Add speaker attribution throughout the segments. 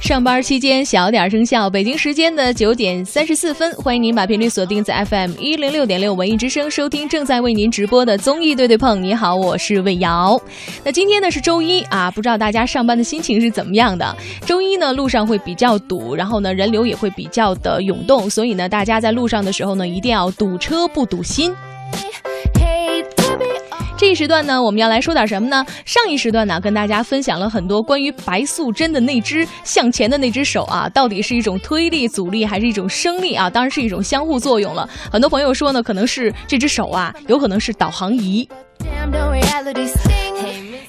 Speaker 1: 上班期间小点声效。北京时间的九点三十四分，欢迎您把频率锁定在 FM 一零六点六文艺之声，收听正在为您直播的综艺对对碰。你好，我是魏瑶。那今天呢是周一啊，不知道大家上班的心情是怎么样的？周一呢路上会比较堵，然后呢人流也会比较的涌动，所以呢大家在路上的时候呢一定要堵车不堵心。这一时段呢，我们要来说点什么呢？上一时段呢，跟大家分享了很多关于白素贞的那只向前的那只手啊，到底是一种推力、阻力，还是一种升力啊？当然是一种相互作用了。很多朋友说呢，可能是这只手啊，有可能是导航仪。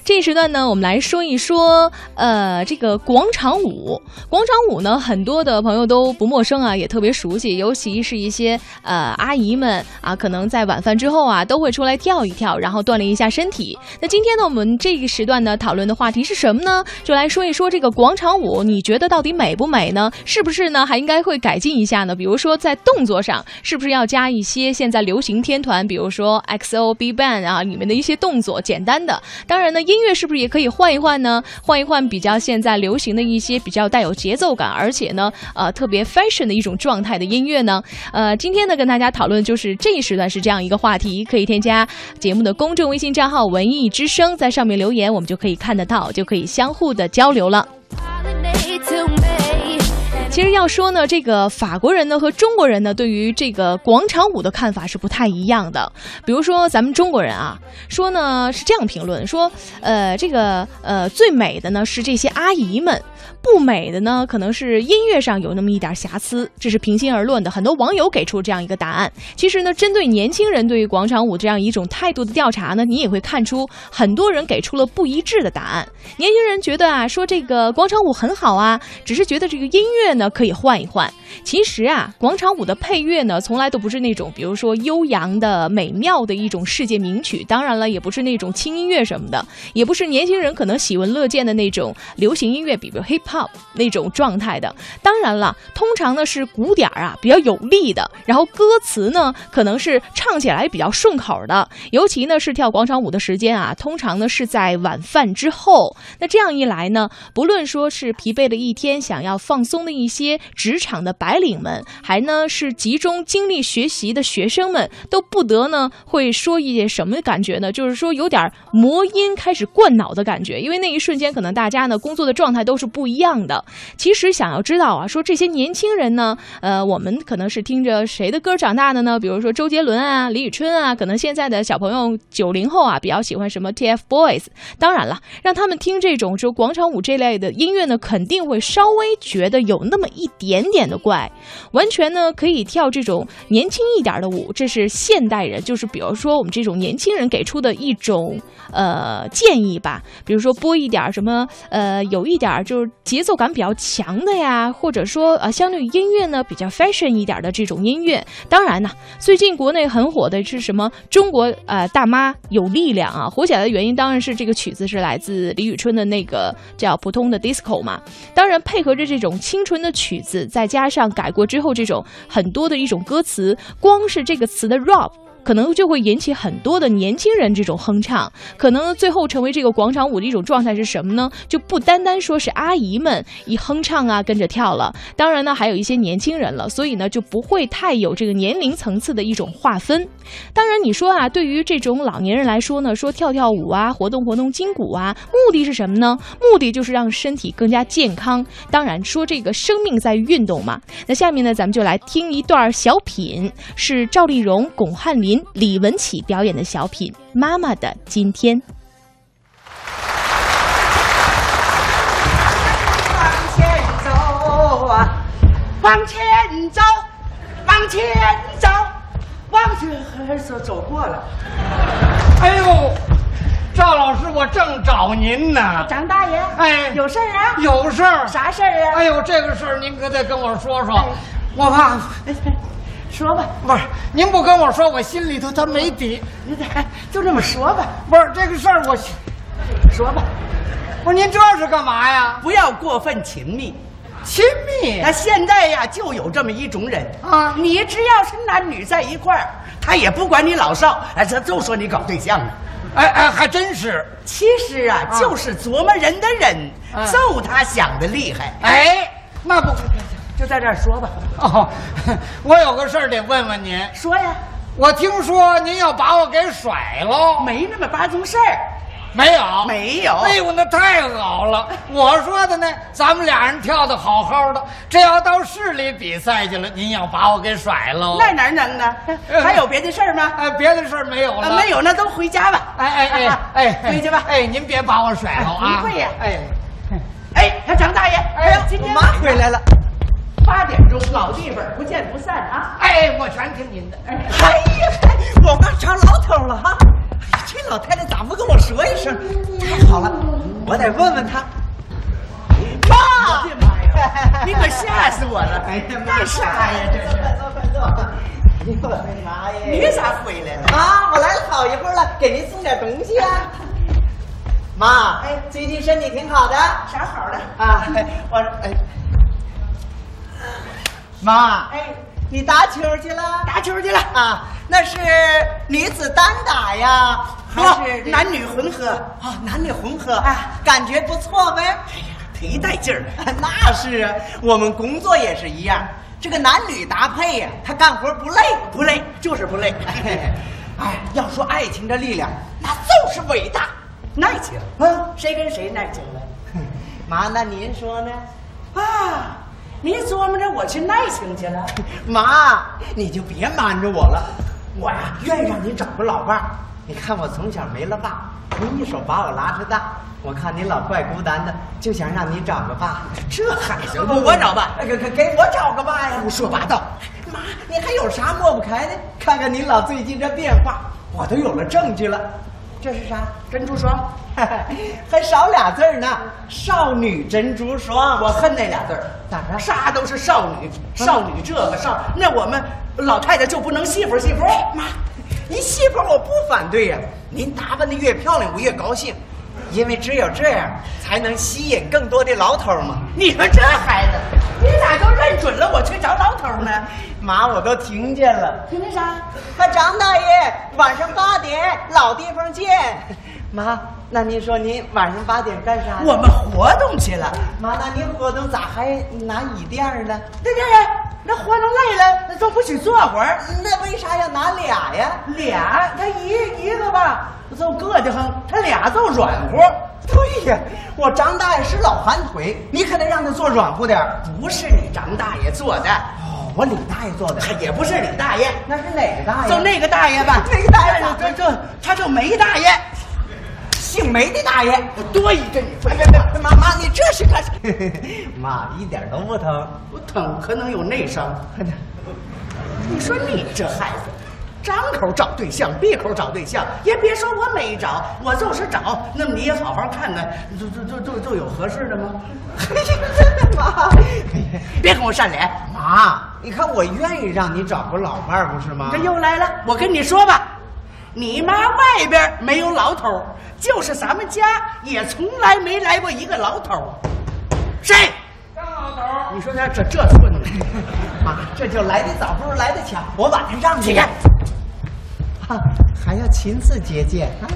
Speaker 1: 这一时段呢，我们来说一说，呃，这个广场舞。广场舞呢，很多的朋友都不陌生啊，也特别熟悉，尤其是一些呃阿姨们啊，可能在晚饭之后啊，都会出来跳一跳，然后锻炼一下身体。那今天呢，我们这个时段呢，讨论的话题是什么呢？就来说一说这个广场舞，你觉得到底美不美呢？是不是呢，还应该会改进一下呢？比如说在动作上，是不是要加一些现在流行天团，比如说 XO、B Ban 啊里面的一些动作，简单的。当然呢，音音乐是不是也可以换一换呢？换一换比较现在流行的一些比较带有节奏感，而且呢，呃，特别 fashion 的一种状态的音乐呢？呃，今天呢，跟大家讨论就是这一时段是这样一个话题，可以添加节目的公众微信账号“文艺之声”，在上面留言，我们就可以看得到，就可以相互的交流了。其实要说呢，这个法国人呢和中国人呢，对于这个广场舞的看法是不太一样的。比如说咱们中国人啊，说呢是这样评论说，呃，这个呃最美的呢是这些阿姨们，不美的呢可能是音乐上有那么一点瑕疵，这是平心而论的。很多网友给出这样一个答案。其实呢，针对年轻人对于广场舞这样一种态度的调查呢，你也会看出很多人给出了不一致的答案。年轻人觉得啊，说这个广场舞很好啊，只是觉得这个音乐呢。可以换一换。其实啊，广场舞的配乐呢，从来都不是那种，比如说悠扬的、美妙的一种世界名曲。当然了，也不是那种轻音乐什么的，也不是年轻人可能喜闻乐见的那种流行音乐，比如 hip hop 那种状态的。当然了，通常呢是鼓点儿啊比较有力的，然后歌词呢可能是唱起来比较顺口的。尤其呢是跳广场舞的时间啊，通常呢是在晚饭之后。那这样一来呢，不论说是疲惫的一天，想要放松的一些职场的白领们，还呢是集中精力学习的学生们，都不得呢会说一些什么感觉呢？就是说有点魔音开始灌脑的感觉，因为那一瞬间可能大家呢工作的状态都是不一样的。其实想要知道啊，说这些年轻人呢，呃，我们可能是听着谁的歌长大的呢？比如说周杰伦啊、李宇春啊，可能现在的小朋友九零后啊比较喜欢什么 TFBOYS。当然了，让他们听这种就广场舞这类的音乐呢，肯定会稍微觉得有那么一点点的。怪，完全呢可以跳这种年轻一点的舞，这是现代人，就是比如说我们这种年轻人给出的一种呃建议吧。比如说播一点什么呃有一点就是节奏感比较强的呀，或者说呃相对音乐呢比较 fashion 一点的这种音乐。当然呢，最近国内很火的是什么？中国呃大妈有力量啊，火起来的原因当然是这个曲子是来自李宇春的那个叫普通的 disco 嘛。当然配合着这种清纯的曲子，再加上。上改过之后，这种很多的一种歌词，光是这个词的 rap，可能就会引起很多的年轻人这种哼唱，可能最后成为这个广场舞的一种状态是什么呢？就不单单说是阿姨们一哼唱啊跟着跳了，当然呢还有一些年轻人了，所以呢就不会太有这个年龄层次的一种划分。当然你说啊，对于这种老年人来说呢，说跳跳舞啊，活动活动筋骨啊，目的是什么呢？目的就是让身体更加健康。当然说这个生命在于运动嘛。那下面呢，咱们就来听一段小品，是赵丽蓉、巩汉林、李文启表演的小品《妈妈的今天》。
Speaker 2: 往前走啊，往前走，往前走，往前走走过了。
Speaker 3: 哎呦，赵老师，我正找您呢。
Speaker 2: 张大爷，
Speaker 3: 哎，
Speaker 2: 有事儿啊？
Speaker 3: 有事儿。
Speaker 2: 啥事儿啊？
Speaker 3: 哎呦，这个事儿您可得跟我说说，
Speaker 2: 哎
Speaker 3: 我怕
Speaker 2: 说吧，
Speaker 3: 不是您不跟我说，我心里头他没底。
Speaker 2: 你得 就这么说吧，
Speaker 3: 不是这个事儿，我心
Speaker 2: 说吧，
Speaker 3: 不是您这是干嘛呀？
Speaker 2: 不要过分亲密。
Speaker 3: 亲密
Speaker 2: 那现在呀，就有这么一种人
Speaker 3: 啊
Speaker 2: 你只要是男女在一块儿，他也不管你老少，哎，他就说你搞对象呢。
Speaker 3: 哎哎，还真是。
Speaker 2: 其实啊，就是琢磨人的人，
Speaker 3: 啊
Speaker 2: 揍他想的厉害。
Speaker 3: 哎，那不，
Speaker 2: 就在这儿说吧，
Speaker 3: 哦， 我有个事儿得问问您。
Speaker 2: 说呀，
Speaker 3: 我听说您要把我给甩喽？
Speaker 2: 没那么八宗事儿，
Speaker 3: 没有，
Speaker 2: 没有
Speaker 3: 哎呦，那太好 了！我说的呢，咱们俩人跳的好好的，这要到市里比赛去了，您要把我给甩喽？
Speaker 2: 那哪能呢？
Speaker 3: 嗯
Speaker 2: 还有别的事儿吗？
Speaker 3: 哎，别的事儿没有了、
Speaker 2: 啊，没。有，那都回家吧。啊
Speaker 3: 哎哎哎哎哎，
Speaker 2: 回去吧。
Speaker 3: 哎，您别把我甩了啊！
Speaker 2: 哎不会呀
Speaker 3: 哎，
Speaker 2: 哎，看张大爷，哎呦，今天
Speaker 4: 我妈回来了，
Speaker 2: 八点钟，老地方不见不散啊！
Speaker 3: 哎，我全听您的。哎
Speaker 4: 哎呀，哎我忘成老头了哈、哎呀这老太太咋不跟我说一声？太好了，我得问问她。
Speaker 2: 妈，你可吓死我了！
Speaker 4: 哎呀妈
Speaker 2: 干啥呀？这是？
Speaker 4: 快坐，快坐。哎呦我的妈呀！
Speaker 2: 你咋回来了？
Speaker 4: 妈，我来了好一会儿了，给您送点东西啊。妈，
Speaker 2: 哎
Speaker 4: 最近身体挺好的啊。
Speaker 2: 啥好的？
Speaker 4: 哎我哎，妈，
Speaker 2: 哎，
Speaker 4: 你打球去了？
Speaker 2: 打球去了
Speaker 4: 啊，那是女子单打呀，还是
Speaker 2: 哦男女混合？
Speaker 4: 啊男女混合
Speaker 2: 啊
Speaker 4: 啊，感觉不错呗。
Speaker 2: 哎忒带劲儿了！
Speaker 4: 那是啊，我们工作也是一样，这个男女搭配呀、他干活不累，不累就是不累。 哎，要说爱情的力量，那就是伟大。
Speaker 2: 耐劲
Speaker 4: 啊，
Speaker 2: 谁跟谁耐劲了？
Speaker 4: 妈，那您说呢？
Speaker 2: 啊，您琢磨着我去耐性去了？
Speaker 4: 妈，你就别瞒着我了，我呀愿意让您找个老伴儿。你看我从小没了爸，您一手把我拉扯大，我看您老怪孤单的，就想让您找个爸。这还行哎
Speaker 2: 不我找爸，
Speaker 4: 给给给我找个爸呀！胡说八道！妈，您还有啥抹不开的？看看您老最近这变化，我都有了证据了。这是啥？
Speaker 2: 珍珠霜，
Speaker 4: 还少俩字儿呢，少女珍珠霜。啊
Speaker 2: 我恨那俩字儿，
Speaker 4: 咋着？
Speaker 2: 啥都是少女，
Speaker 4: 嗯
Speaker 2: 少女这个少，那我们老太太就不能戏服戏哎服？
Speaker 4: 妈，您媳妇儿我不反对呀、您打扮的越漂亮，我越高兴，因为只有这样才能吸引更多的老头儿嘛。
Speaker 2: 你们这孩子，你咋就认准了我去找老头呢？
Speaker 4: 妈，我都听见了。
Speaker 2: 听那啥？
Speaker 4: 那张大爷，晚上八点老地方见。 妈，那您说您晚上八点干啥？
Speaker 2: 我们活动去了。
Speaker 4: 妈，那您活动咋还拿椅垫儿呢？
Speaker 2: 对对对，那活动累了，那都不许坐会儿。
Speaker 4: 嗯那为啥要拿俩呀？
Speaker 2: 俩，他一一个吧，就硌得慌；他俩就软乎。
Speaker 4: 对呀，我张大爷是老寒腿，你可得让他坐软乎点儿。
Speaker 2: 不是你张大爷做的，
Speaker 4: 哦，我李大爷做的，
Speaker 2: 哎也不是你大爷，
Speaker 4: 那是哪个大爷？
Speaker 2: 就那个大爷吧。哎
Speaker 4: 那个大爷咋
Speaker 2: 这这这，他就梅大爷，
Speaker 4: 姓梅的大爷。
Speaker 2: 我多一个你
Speaker 4: 哎，
Speaker 2: 废
Speaker 4: 别
Speaker 2: 话，
Speaker 4: 别，妈妈，你这是干啥？ 妈，一点都不疼。
Speaker 2: 我疼可能有内伤。 你说你这孩子，张口找对象，闭口找对象，也别说我没找，我就是找。那么你也好好看看，就就就就就有合适的吗？
Speaker 4: 妈，
Speaker 2: 别跟我善脸，
Speaker 4: 妈，你看我愿意让你找个老伴儿，不是吗
Speaker 2: 这？又来了。我跟你说吧，你妈外边没有老头儿，就是咱们家也从来没来过一个老头儿。谁？
Speaker 3: 张老头，
Speaker 2: 你说他这这混的，
Speaker 4: 妈，这就来得早不如来得巧，我把他让
Speaker 2: 起
Speaker 4: 给
Speaker 2: 开
Speaker 4: 你。啊，还要亲自接见啊？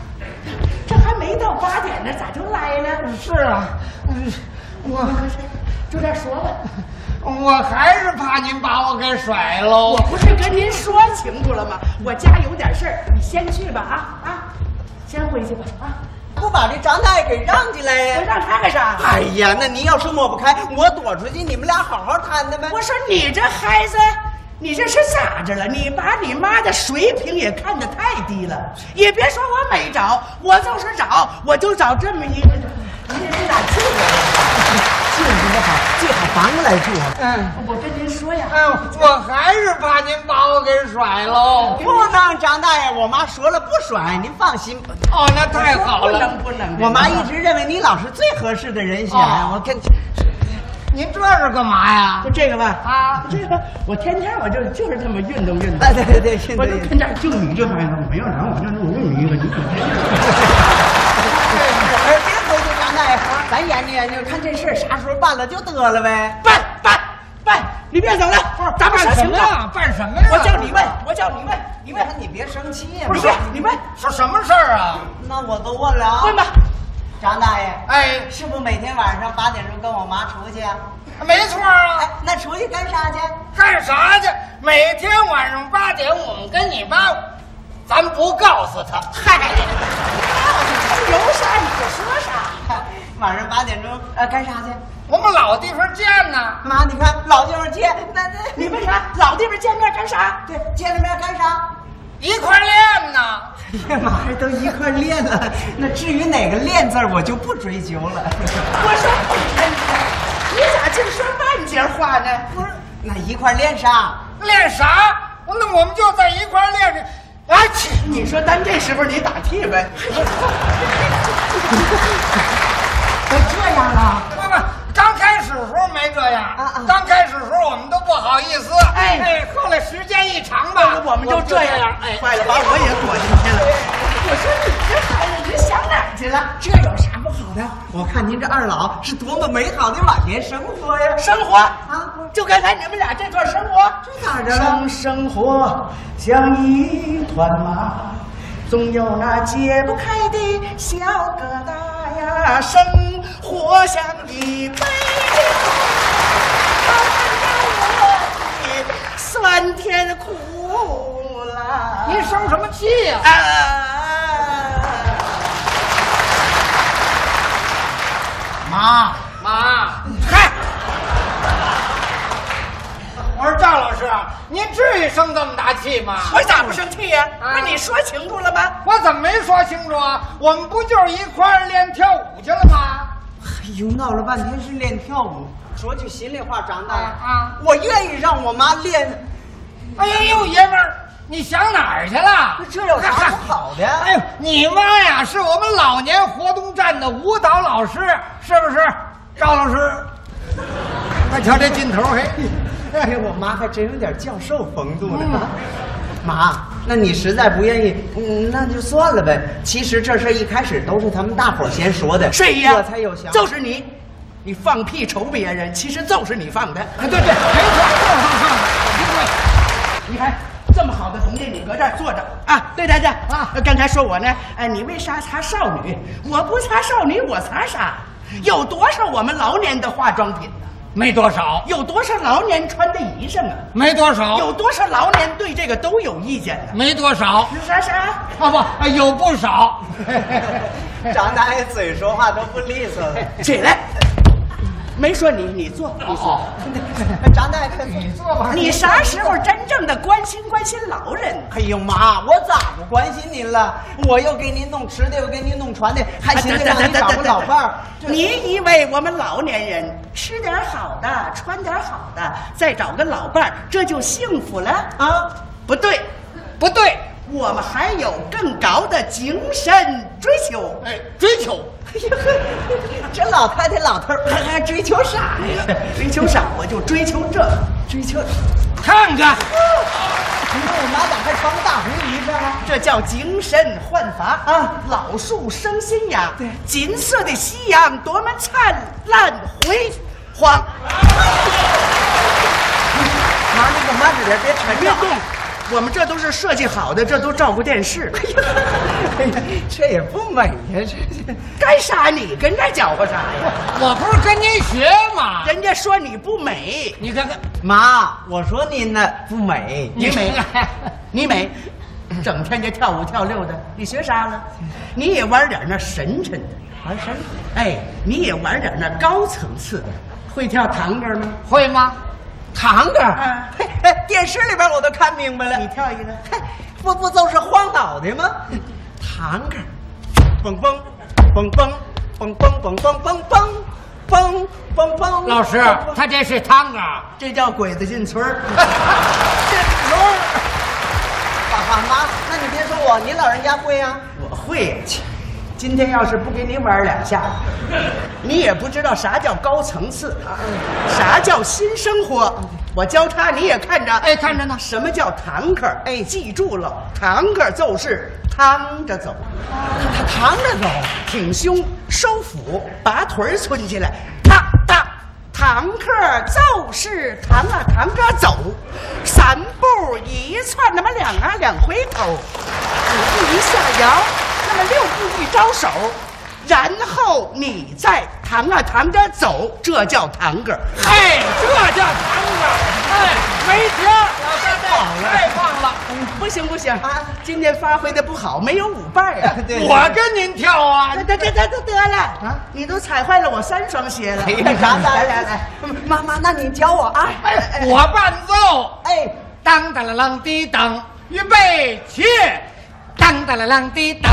Speaker 2: 这还没到八点呢，咋就来了？
Speaker 3: 是啊，嗯我
Speaker 2: 就这说吧，
Speaker 3: 我还是怕您把我给甩喽
Speaker 4: 哦
Speaker 2: 我。不是跟您说清楚了吗？我家有点事儿，你先去吧啊啊，先回去吧啊，
Speaker 4: 不把这张大爷给让进来
Speaker 2: 我
Speaker 4: 呀？
Speaker 2: 让他干啥？
Speaker 4: 哎呀，那您要是抹不开，我躲出去，你们俩好好谈谈呗。
Speaker 2: 我说你这孩子，你这是咋着了？你把你妈的水平也看得太低了。也别说我没找，我就是找，我就找这么一个。你这是咋气 的？
Speaker 4: 住不好，最好搬过来住啊。
Speaker 3: 嗯，
Speaker 2: 我跟您说呀，
Speaker 3: 哎，我还是怕您把我给甩喽。
Speaker 4: 不能，张大爷，我妈说了不甩，您放心。
Speaker 3: 哦，那太好
Speaker 2: 不
Speaker 3: 了
Speaker 2: 能。不能，
Speaker 4: 我妈一直认为你老是最合适的人选，
Speaker 3: 哦
Speaker 4: 我跟
Speaker 3: 您这是干嘛呀
Speaker 2: 就？这个吧
Speaker 3: 啊
Speaker 2: 这个我天天我就就是这么运动运动。
Speaker 4: 哎对对对现在
Speaker 2: 我就跟这儿就你这孩子，没有人，我就我用你一个，你可
Speaker 4: 哎，别回去，
Speaker 2: 哎
Speaker 4: 张大爷，咱研究研究，看这事儿啥时候办了就得了呗。
Speaker 2: 办办办，你别走了，咱
Speaker 3: 办
Speaker 2: 们说
Speaker 3: 什
Speaker 2: 情
Speaker 3: 么
Speaker 2: 况。
Speaker 3: 呀？办什么呀？
Speaker 2: 我叫你问，我叫你问，你问，
Speaker 4: 你别生气呀、
Speaker 2: 不是你问，
Speaker 3: 是什么事儿啊？
Speaker 4: 那我都问了啊。
Speaker 2: 问吧。
Speaker 4: 张大爷，
Speaker 3: 哎，
Speaker 4: 是不是每天晚上八点钟跟我妈出去啊？
Speaker 3: 没错啊
Speaker 4: 哎。，那出去干啥去？
Speaker 3: 干啥去？每天晚上八点，我们跟你妈，咱不告诉他。 嗨，
Speaker 2: 有啥你就说啥。
Speaker 4: 晚上八点钟呃干啥去？
Speaker 3: 我们老地方见呢。
Speaker 4: 妈，你看老地方见，那那
Speaker 2: 你为啥老地方见面干啥？
Speaker 4: 对见了面干啥？
Speaker 3: 一块儿练呢。
Speaker 4: 哎呀妈呀，都一块儿练了。那至于哪个“练”字儿，我就不追究了。
Speaker 2: 我说，哎你咋净说半截话呢？
Speaker 4: 不是，那一块儿练啥？
Speaker 3: 练啥？我那我们就在一块儿练着。哎去，
Speaker 2: 你说咱这时候你打替呗？
Speaker 4: 都这样
Speaker 2: 啊
Speaker 4: 了，
Speaker 3: 不不，刚开始时候没这样。
Speaker 4: 啊啊
Speaker 3: 刚开始时候我们都不好意思。
Speaker 2: 哎
Speaker 3: 哎，后来时间一长吧，
Speaker 2: 我们就这样，
Speaker 3: 哎，
Speaker 2: 坏了，把我也裹进去了。我说你这孩子，你想哪儿去了？这有啥不好的？
Speaker 4: 我看您这二老是多么美好的晚年生活呀！
Speaker 2: 生活啊，就刚才你们俩这段生活，
Speaker 4: 这哪儿的了
Speaker 2: 生？生活像一团麻，总有那解不开的小疙瘩呀。生活像一杯酒，酸甜苦辣。
Speaker 3: 您生什么气呀、
Speaker 2: 啊！
Speaker 3: 妈妈，嗨！我说赵老师，啊您至于生这么大气吗？
Speaker 2: 我咋不生气呀、
Speaker 3: 啊
Speaker 2: 不是你说清楚了吗？
Speaker 3: 我怎么没说清楚啊？我们不就是一块儿练跳舞去了吗？
Speaker 4: 哎呦，闹了半天是练跳舞。说句心里话，张大爷，
Speaker 3: 啊
Speaker 4: 我愿意让我妈练，
Speaker 3: 哎呦，爷们儿，你想哪儿去了？
Speaker 4: 这有啥不好的？
Speaker 3: 哎呦，你妈呀，是我们老年活动站的舞蹈老师，是不是？赵老师，快瞧这劲头，嘿，
Speaker 4: 哎，我妈还真有点教授风度
Speaker 2: 嗯
Speaker 4: 呢。妈，那你实在不愿意，嗯，那就算了呗。其实这事儿一开始都是他们大伙儿先说的，
Speaker 2: 睡呀，
Speaker 4: 我才有想法。
Speaker 2: 就是你，你放屁瞅别人，其实就是你放的。
Speaker 3: 哎，对对，没错，就是他，我听过。
Speaker 2: 你看这么好的同志，你搁这儿坐着啊，对大家啊，刚才说我呢，哎，你为啥擦少女？我不擦少女，我擦啥？有多少我们老年的化妆品呢、
Speaker 3: 没多少，
Speaker 2: 有多少老年穿的衣裳啊？
Speaker 3: 没多少，
Speaker 2: 有多少老年对这个都有意见呢、
Speaker 3: 没多少，啊
Speaker 2: 是啥啥？
Speaker 3: 不，哎有不少。
Speaker 4: 张大爷嘴说话都不利索了。
Speaker 2: 起来，没说你，你坐，你
Speaker 4: 哦
Speaker 2: 坐。
Speaker 4: 张大爷，快坐
Speaker 3: 坐吧
Speaker 2: 你啥时候真正的关心关心老人呢？
Speaker 4: 哎呦妈，我咋不关心您了？我又给您弄吃的，又给您弄穿的，还寻
Speaker 2: 啊
Speaker 4: 思让您找个老伴儿。这
Speaker 2: 你以为我们老年人吃点好的，穿点好的，再找个老伴儿，这就幸福了啊？不对，
Speaker 3: 不对，
Speaker 2: 我们还有更高的精神追求。
Speaker 3: 哎，追求
Speaker 2: 哎呀呵，
Speaker 4: 这老太太老头儿还还追求啥呀？
Speaker 2: 追求啥我就追求这个，追求
Speaker 3: 看看，
Speaker 4: 你说我妈咋还穿个大红衣裳啊？
Speaker 2: 这叫精神焕发啊！老树生新芽，对，金色的夕阳多么灿烂辉煌！
Speaker 4: 妈，你可慢着点，别沉
Speaker 2: 别
Speaker 4: 着。
Speaker 2: 动，我们这都是设计好的，这都照顾电视。
Speaker 4: 哎呀，这也不美呀，这这。
Speaker 2: 干啥你跟这搅和啥呀？
Speaker 3: 我不是跟您学吗？
Speaker 2: 人家说你不美，
Speaker 3: 你看看，
Speaker 4: 妈，我说您呢不美，
Speaker 2: 你美
Speaker 3: 看 看，
Speaker 2: 你美，整天就跳舞跳六的，你学啥了？你也玩点那神沉的，
Speaker 4: 玩什么？
Speaker 2: 哎，你也玩点那高层次的，会跳堂歌吗？
Speaker 3: 会吗？
Speaker 4: 堂哥
Speaker 2: 啊，
Speaker 4: 嘿嘿电视里边我都看明白了。
Speaker 2: 你跳一个，
Speaker 4: 嘿，不不都是晃脑袋吗？堂哥，蹦蹦蹦蹦蹦蹦蹦蹦蹦蹦蹦蹦蹦。
Speaker 3: 老师，他这是汤啊，
Speaker 2: 这叫鬼子进村 儿。
Speaker 4: 爸爸妈，那你别说我，你老人家会啊？
Speaker 2: 我会，切今天要是不给你玩 两下，你也不知道啥叫高层次，啥叫新生活。我交叉你也看着，
Speaker 3: 哎看着呢
Speaker 2: 什么叫堂客？哎，记住了，堂客就是趟着走，
Speaker 4: 他躺着走，
Speaker 2: 挺胸收腹，把腿儿抻起来，踏踏踏堂客就是堂啊堂哥走，三步一窜，那么两啊两回头，五步一下摇，那么六步一招手，然后你再堂啊堂哥走，这叫堂哥。
Speaker 3: 哎，这叫堂哥，哎，没停，老太太太棒了，
Speaker 2: 不行不行啊，今天发挥的不好，没有舞伴啊。
Speaker 4: 对
Speaker 3: 我跟您跳啊
Speaker 2: 得！得得得得得了啊！你都踩坏了我三双鞋了。
Speaker 4: 哎呀来
Speaker 2: 来来，妈妈，那你教我啊。
Speaker 3: 哎，我伴奏，
Speaker 4: 哎，
Speaker 3: 当当啷啷滴当，预备起，当当啷啷滴当，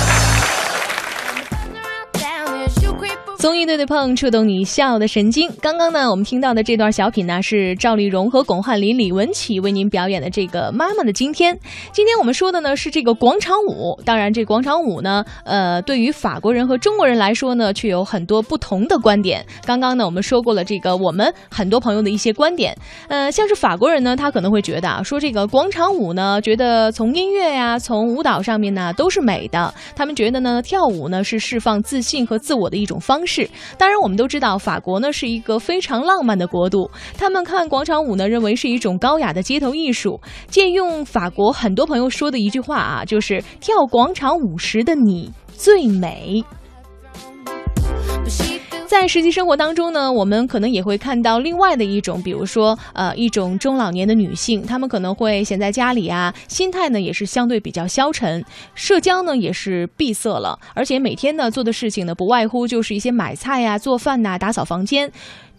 Speaker 1: 综艺对对碰，触动你笑的神经。刚刚呢，我们听到的这段小品呢，是赵丽蓉和巩汉林、李文启为您表演的这个《妈妈的今天》。今天我们说的呢是这个广场舞，当然这广场舞呢，呃，对于法国人和中国人来说呢，却有很多不同的观点。刚刚呢，我们说过了这个我们很多朋友的一些观点，呃，像是法国人呢，他可能会觉得啊，说这个广场舞呢，觉得从音乐呀、从舞蹈上面呢都是美的，他们觉得呢，跳舞呢是释放自信和自我的一种方式。当然，我们都知道法国呢是一个非常浪漫的国度，他们看广场舞呢，认为是一种高雅的街头艺术。借用法国很多朋友说的一句话啊，就是跳广场舞时的你最美。在实际生活当中呢，我们可能也会看到另外的一种，比如说呃，一种中老年的女性，她们可能会闲在家里啊，心态呢也是相对比较消沉，社交呢也是闭塞了，而且每天呢做的事情呢不外乎就是一些买菜呀、做饭呐、打扫房间。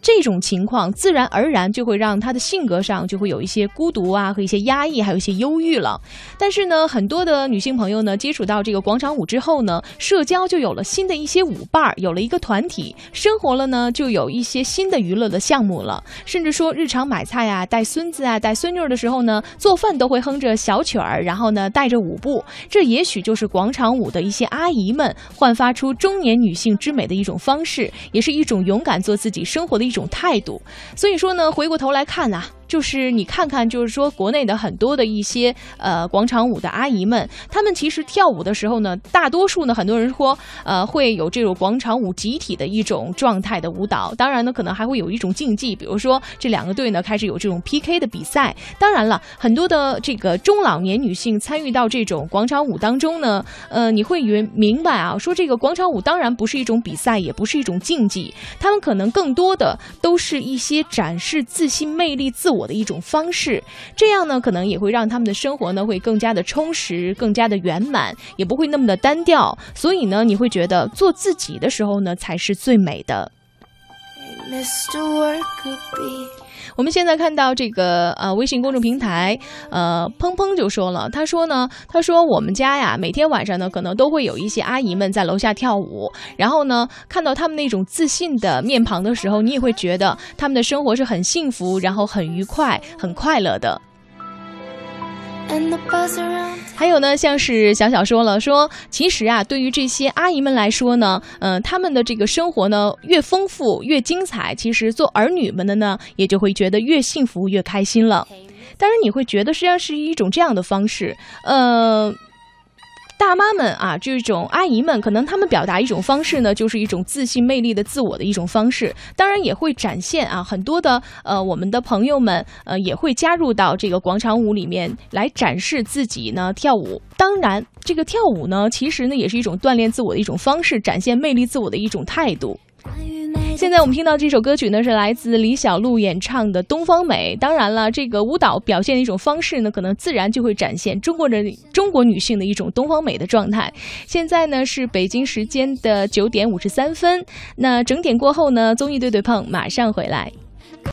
Speaker 1: 这种情况自然而然就会让她的性格上就会有一些孤独啊和一些压抑，还有一些忧郁了。但是呢，很多的女性朋友呢，接触到这个广场舞之后呢，社交就有了新的一些舞伴儿，有了一个团体，生活了呢，就有一些新的娱乐的项目了。甚至说日常买菜啊、带孙子啊、带孙女儿的时候呢，做饭都会哼着小曲儿，然后呢带着舞步。这也许就是广场舞的一些阿姨们焕发出中年女性之美的一种方式，也是一种勇敢做自己生活的一种态度。所以说呢，回过头来看啊，就是你看看，就是说国内的很多的一些呃广场舞的阿姨们，她们其实跳舞的时候呢，大多数呢，很多人说呃会有这种广场舞集体的一种状态的舞蹈，当然呢，可能还会有一种竞技，比如说这两个队呢开始有这种 PK 的比赛。当然了，很多的这个中老年女性参与到这种广场舞当中呢，呃，你会明明白啊，说这个广场舞当然不是一种比赛，也不是一种竞技，她们可能更多的都是一些展示自信、魅力、自我的一种方式。这样呢，可能也会让他们的生活呢会更加的充实，更加的圆满，也不会那么的单调。所以呢，你会觉得做自己的时候呢才是最美的。
Speaker 5: Mr. Workabee.
Speaker 1: 我们现在看到这个呃微信公众平台，呃砰砰就说了，他说呢，他说我们家呀，每天晚上呢，可能都会有一些阿姨们在楼下跳舞，然后呢，看到他们那种自信的面庞的时候，你也会觉得他们的生活是很幸福，然后很愉快、很快乐的。
Speaker 5: And the buzz around
Speaker 1: 还有呢，像是小小说了，说其实啊，对于这些阿姨们来说呢，嗯、呃，她们的这个生活呢越丰富越精彩，其实做儿女们的呢，也就会觉得越幸福越开心了。当然，你会觉得实际上是一种这样的方式，呃。大妈们啊，这种阿姨们，可能她们表达一种方式呢，就是一种自信、魅力的自我的一种方式。当然也会展现啊，很多的呃，我们的朋友们呃，也会加入到这个广场舞里面来展示自己呢跳舞。当然，这个跳舞呢，其实呢也是一种锻炼自我的一种方式，展现魅力自我的一种态度。现在我们听到这首歌曲呢，是来自李小璐演唱的《东方美》。当然了，这个舞蹈表现的一种方式呢，可能自然就会展现中国人、中国女性的一种东方美的状态。现在呢是北京时间的九点五十三分，那整点过后呢，综艺对对碰马上回来。